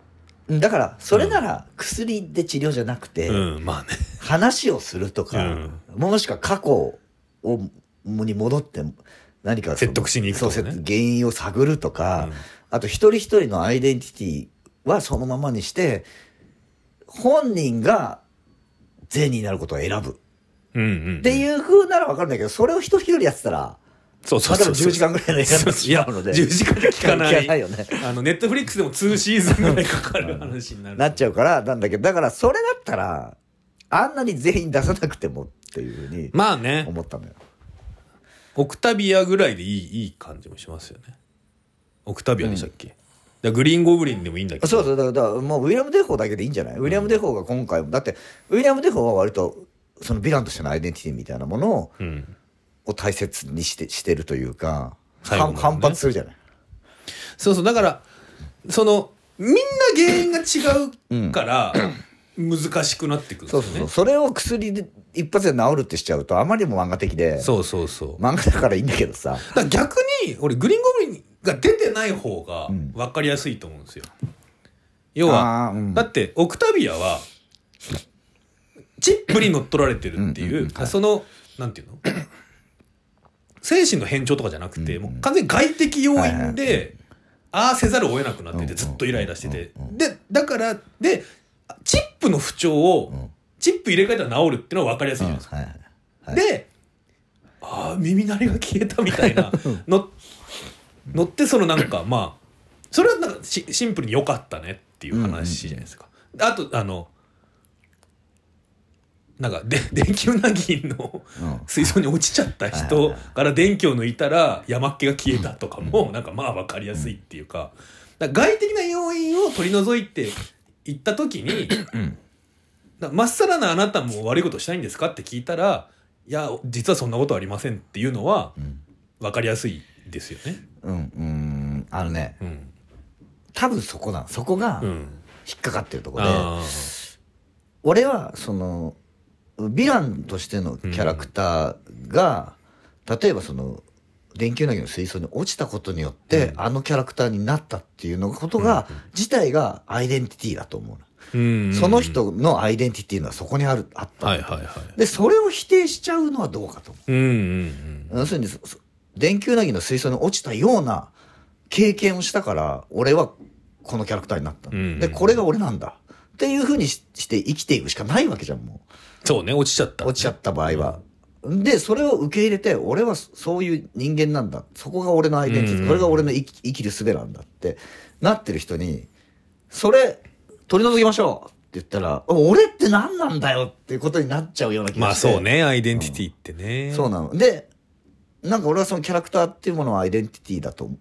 A: うんだからそれなら薬で治療じゃなくて、
B: うん、まあね。
A: 話をするとか、もしくは過去をもに戻って何かその
B: 説得しに行くとか
A: そ
B: ね
A: う説原因を探るとか、
B: うん
A: あと一人一人のアイデンティティはそのままにして本人が善になることを選ぶ
B: うんうん。
A: って
B: う。
A: いう風なら分かるんだけどそれを一人一人やってたら
B: そう
A: 例
B: そ
A: え
B: う
A: ば
B: そう。
A: 10時間ぐらいの映画になっ
B: い
A: ち
B: や
A: ゃうので
B: 10時間で聞かな
A: 聞かない
B: い。
A: よね
B: あの、ネットフリックスでも2シーズンぐらいかかる話になる。
A: なっちゃうからなんだけどだからそれだったらあんなに全員出さなくてもっていう風に
B: まあね、
A: 思ったのよ。
B: オクタビアぐらいでいい、いい感じもしますよね。オクタビアでしたっけ、だからグリーンゴブリンでもいいんだけど。
A: そうそうだからだからもうウィリアム・デフォーだけでいいんじゃない、ウィリアム・デフォーが今回もだってウィリアム・デフォーは割とそのヴィランとしてのアイデンティティみたいなものを
B: うん。
A: を大切にしてしてるというか
B: 最後ま
A: 反
B: でね
A: 反発するじゃない。
B: そうそうだからそのみんな原因が違うから難しくなってくるんです
A: そ
B: よ
A: うそうそう、
B: ね。
A: それを薬で一発で治るってしちゃうとあまりにも漫画的で
B: そうそうそう
A: 漫画だからいいんだけどさ
B: だから逆に俺グリーンゴブリンが出てない方が分かりやすいと思うんですよ。要は、
A: あーうん
B: だってオクタビアはチップに乗っ取られてるっていう,、
A: うんうんうんはい
B: そのなんていうの精神の変調とかじゃなくて、もう完全に外的要因で、ああせざるを得なくなっててずっとイライラしてて、でだからでチップの不調を、チップ入れ替えたら治るっていうのは分かりやすいじゃないですか
A: はいはいはい
B: で、ああ、耳鳴りが消えたみた いなの、乗ってそのなんか、まあ、それはなんかシシンプルに良かったねっていう話じゃないですか。あと、あの、なんかで、 電球なぎの
A: うん
B: 水槽に落ちちゃった人から電気を抜いたら山っ気が消えたとかも、なんかまあ分かりやすいっていうか、だから外的な要因を取り除いていった時に、だまっさらなあなたも悪いことしたいんですかって聞いたら「いや実はそんなことありません」っていうのは分かりやすいですよね。
A: うんうんあのね
B: うん
A: 多分そこなんそこが
B: うん、
A: 引っかかってるとこで、
B: あ
A: 俺はそのヴィランとしてのキャラクターが、例えばその電球投げの水槽に落ちたことによって、あのキャラクターになったっていうのことが、自体がアイデンティティだと思うの
B: うん
A: その人のアイデンティティのはそこにあるあった、
B: はいはいはい
A: でそれを否定しちゃうのはどうかと思
B: うんうん
A: う要するにそそ電球なぎの水槽に落ちたような経験をしたから俺はこのキャラクターになった、
B: うん
A: でこれが俺なんだっていうふうにしして生きていくしかないわけじゃんもう
B: そうね落ちちゃった
A: 落ちちゃった場合は。で、それを受け入れて、俺はそそういう人間なんだ。そこが俺のアイデンティティ、これが俺の生き生きる術なんだって、なってる人に、それ、取り除きましょうって言ったら、俺って何なんだよっていうことになっちゃうような気
B: ま
A: が
B: あ
A: して。
B: そう。ねアイデンティティってね
A: そうなの。で、なんか俺はそのキャラクターっていうものはアイデンティティだと思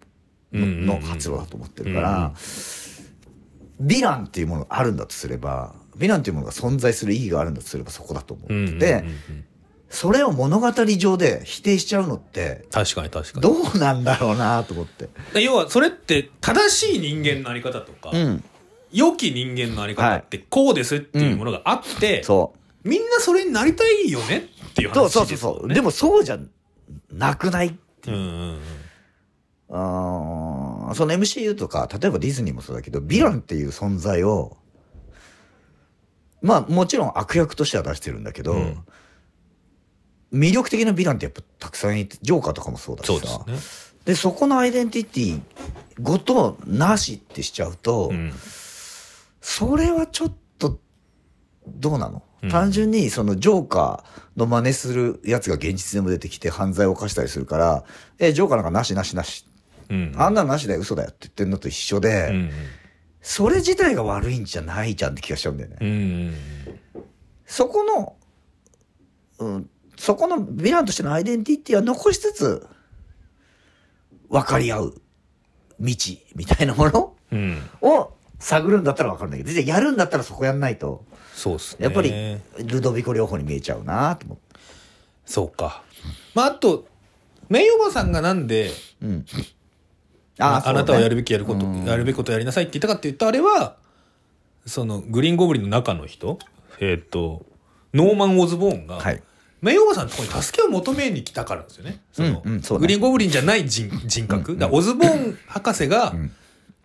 A: う、
B: うんうんうん
A: の活動だと思ってるから、ヴィランっていうものがあるんだとすれば、ヴィランっていうものが存在する意義があるんだとすればそこだと思ってて、
B: んんんん
A: それを物語上で否定しちゃうのって、
B: 確かに確かに
A: どうなんだろうなと思って。
B: で要はそれって正しい人間のあり方とか、
A: うん。
B: 良き人間のあり方ってこうですっていうものがあって、
A: そ
B: みんなそれになりたいよねっていう
A: う。そう
B: 話
A: そうそう
B: ですよ
A: そう。
B: ね
A: でもそうじゃなくない
B: うんうんうん
A: あーその MCU とか、例えばディズニーもそうだけど、ヴィランっていう存在を、まあもちろん悪役としては出してるんだけど、
B: うん
A: 魅力的なヴィランってやっぱたくさんいて、ジョーカーとかもそうだしさ。
B: そうですね
A: で、そこのアイデンティティごとなしってしちゃうと、
B: うん
A: それはちょっと、どうなの、
B: うん
A: 単純にそのジョーカーの真似するやつが現実でも出てきて犯罪を犯したりするから、え、ジョーカーなんかなしなしなし。
B: うん
A: あんなのなしだよ、嘘だよって言ってるのと一緒で、
B: うんうん
A: それ自体が悪いんじゃないじゃんって気がしちゃうんだよね。
B: うんうん
A: そこの、うん、そこのヴィランとしてのアイデンティティは残しつつ、分かり合う道みたいなもの
B: うんうん
A: を探るんだったら分かるんだけど、実はやるんだったらそこやんないと。
B: そうですね
A: やっぱりルドビコ療法に見えちゃうなと思って。
B: そうかまああとメイおばさんがなんで
A: うん。
B: ああなたはやるべ
A: き。
B: きやること、
A: うん
B: やるべきことやりなさいって言ったかって言ったあれはそのグリーンゴブリンの中の人えっ、とノーマン・オズボーンが、
A: はい。
B: メイおばさんのところに助けを求めに来たからですよね。その
A: うんうんそうね
B: グリーンゴブリンじゃない人人格。だからオズボーン博士が
A: ん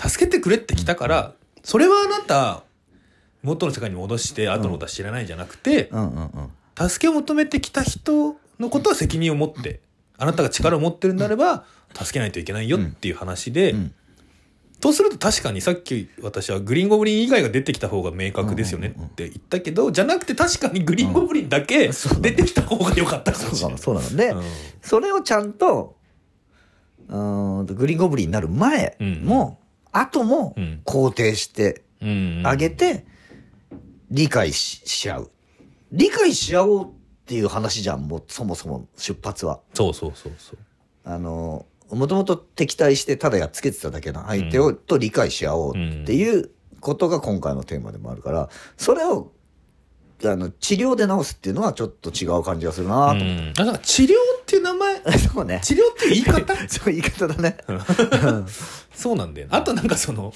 B: 助けてくれって来たから、それはあなた元の世界に戻して後のことは知らないじゃなくて、
A: うんうんうん。
B: 助けを求めてきた人のことは責任を持って、あなたが力を持ってるんであれば助けないといけないよっていう話で、
A: ん
B: とすると確かにさっき私はグリーンゴブリン以外が出てきた方が明確ですよねって言ったけど、じゃなくて確かにグリーンゴブリンだけ出てきた方が良かったかもし
A: そうな
B: れない
A: の、。そうなの。で、それをちゃんと、うーんと、グリーンゴブリンになる前も、後も
B: うん、
A: 肯定してあげて、理解しし合う。理解し合おうっていう話じゃん、もう、そもそも出発は。
B: そうそうそうそう
A: あの、もともと敵対してただやっつけてただけの相手を、と理解し合おうっていうことが今回のテーマでもあるから、それを、あの、治療で治すっていうのはちょっと違う感じがするな
B: あ
A: ぁと思っ
B: ん、なんか治療っていう名前
A: て。 そうね。
B: 治療っていう言い方
A: そういう言い方だね。
B: そうなんだよ、ね、あとなんかその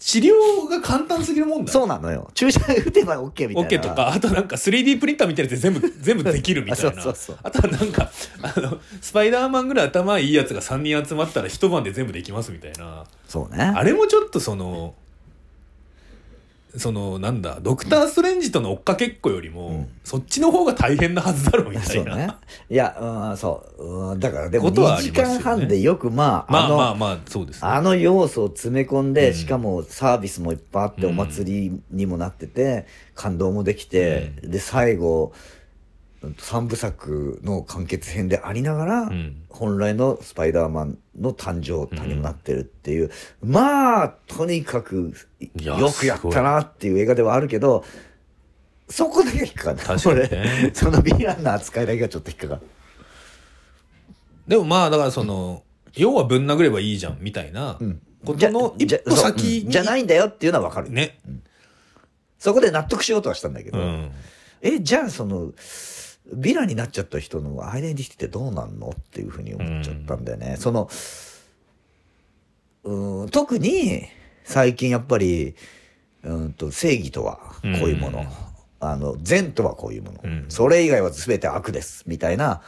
B: 治療が簡単すぎるもん だ
A: そうなのよ。注射打てば OK みたいな。
B: オッケーとかあとなんか 3D プリンターみたいなやつで全部全部できるみたいな
A: あそうそうそう
B: あとはなんかあのスパイダーマンぐらい頭いいやつが3人集まったら一晩で全部できますみたいな
A: そうね。
B: あれもちょっとそのそのなんだドクター・ストレンジとの追っかけっこよりも、そっちの方が大変なはずだろうみた
A: そ
B: いうな、
A: ね。いや、うん、そう。うん、だからでも
B: こと
A: 2
B: はあり
A: 時
B: ますよね
A: 間半でよくまあ、
B: まあ
A: あの、
B: まあまあそうですね
A: あの要素を詰め込んで、
B: うん
A: しかもサービスもいっぱいあって、
B: うん
A: お祭りにもなってて、感動もできて、で、最後、三部作の完結編でありながら、
B: うん
A: 本来のスパイダーマンの誕生誕にもなってるっていう、まあ、とにかくい
B: いや
A: よくやったなっていう映画ではあるけど、そこだけが引っかかった。
B: 確かにね
A: 俺そのヴィランの扱いだけがちょっと引っかかった。
B: でもまあだからその要はぶん殴ればいいじゃんみたいなことの
A: じ
B: 一
A: ゃ
B: 歩先
A: そう
B: に
A: うんじゃないんだよっていうのはわかる。
B: ね
A: そこで納得しようとはしたんだけ
B: う
A: ど、
B: ん
A: え、じゃあその、ヴィランになっちゃった人のアイデンティティってどうなんのっていうふうに思っちゃったんだよね。その、うーん、特に最近やっぱり、うーんと、正義とはこういうもの。
B: うん
A: あの、善とはこういうもの。
B: うん
A: それ以外は全て悪です。みたいな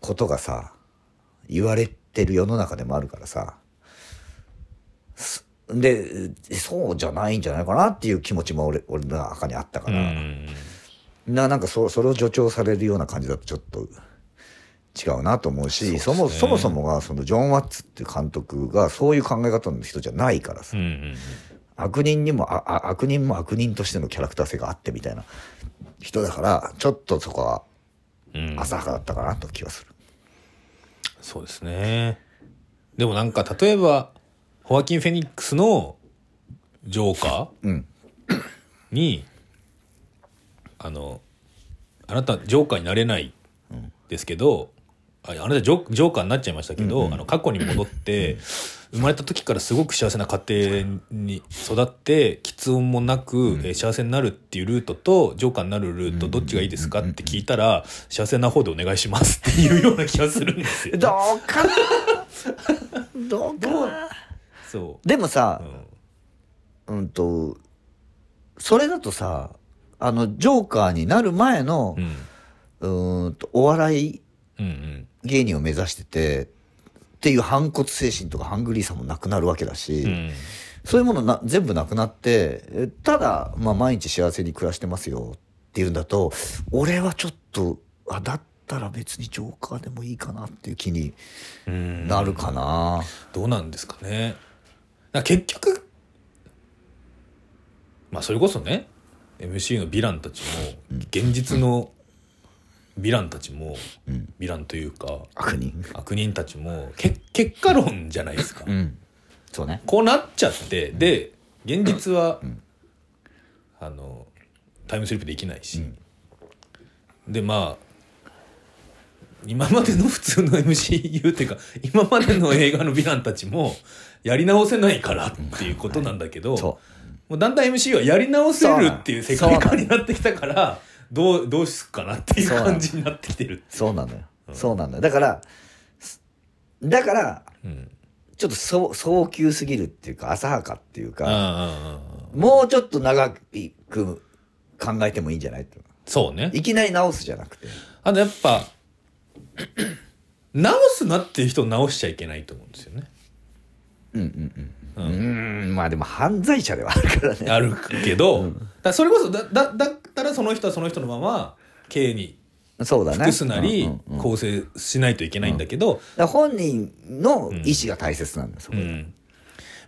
A: ことがさ、言われてる世の中でもあるからさ、すでそうじゃないんじゃないかなっていう気持ちも俺俺の中にあったか
B: う
A: ら、
B: ん
A: ななんかそそれを助長されるような感じだとちょっと違うなと思うしそもそもそもがそのジョン・ワッツっていう監督がそういう考え方の人じゃないからさ、
B: うんうん
A: 悪人にもああ悪人も悪人としてのキャラクター性があってみたいな人だからちょっとそこは
B: うん
A: 浅はかだったかなと気がする。
B: そうですねでもなんか例えばホアキン・フェニックスのジョーカー
A: うん、
B: にあのあなたジョーカーになれないですけど、ああなたジョジョーカーになっちゃいましたけど、あの過去に戻って生まれた時からすごく幸せな家庭に育って喫音もなく、えー幸せになるっていうルートとジョーカーになるルートどっちがいいですかって聞いたら幸せな方でお願いしますっていうような気がするんですよ。
A: どうかな どうかな
B: そ
A: でもさ、
B: う、うん
A: うんとそれだとさあのジョーカーになる前の
B: う、ん
A: うーんとお笑い
B: うんうん
A: 芸人を目指しててっていう反骨精神とかハングリーさもなくなるわけだし、
B: うん
A: そういうものな全部なくなってえただ、まあ、毎日幸せに暮らしてますよっていうんだと俺はちょっとあだったら別にジョーカーでもいいかなっていう気に
B: うん
A: なるかな。
B: どうなんですかねだから結局まあそれこそね MC のヴィランたちも現実のヴィランたちもヴィランというか
A: 悪人
B: 悪人たちもけ結果論じゃないですか
A: うんそうね
B: こうなっちゃってで現実はあのタイムスリップできないしでまあ今までの普通の MCU っていうか今までの映画のヴィランたちもやり直せないからっていうことなんだけど
A: そ
B: もうだんだん MCU はやり直せるっていう世界観になってきたからどうどうすっかなっていう
A: そうなの
B: 感じになってきてる。
A: そうなのよ、そうなのよだからすだから
B: うん
A: ちょっとそう早急すぎるっていうか浅はかっていう
B: うんう
A: か、
B: んうん
A: もうちょっと長く考えてもいいんじゃないって
B: そうね。
A: いきなり直すじゃなくて
B: あとやっぱ 直すなっていう人を直しちゃいけないと思うんですよね。
A: うんうんうんうーんまあでも犯罪者ではあるからね
B: あるけど、だからそれこそだだだったらその人はその人のまま刑に
A: そうだね
B: 服すなり
A: うんうんうんだか
B: 構成しないといけないんだけど、
A: ら本人の意思が大切なんだよ、そこ
B: うん
A: で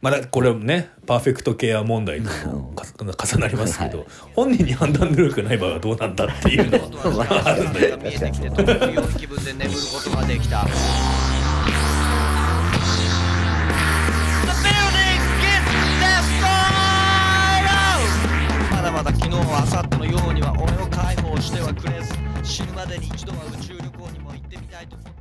B: まあだこれもねパーフェクトケア問題ともか重なりますけど、本人に判断能力がない場合はどうなんだっていうの は
C: あるんだよ見えてきてとても良い気分で眠ることができた The building gets destroyed まだまだ昨日は明後日のようには俺を解放してはくれず死ぬまでに一度は宇宙旅行にも行ってみたいと思って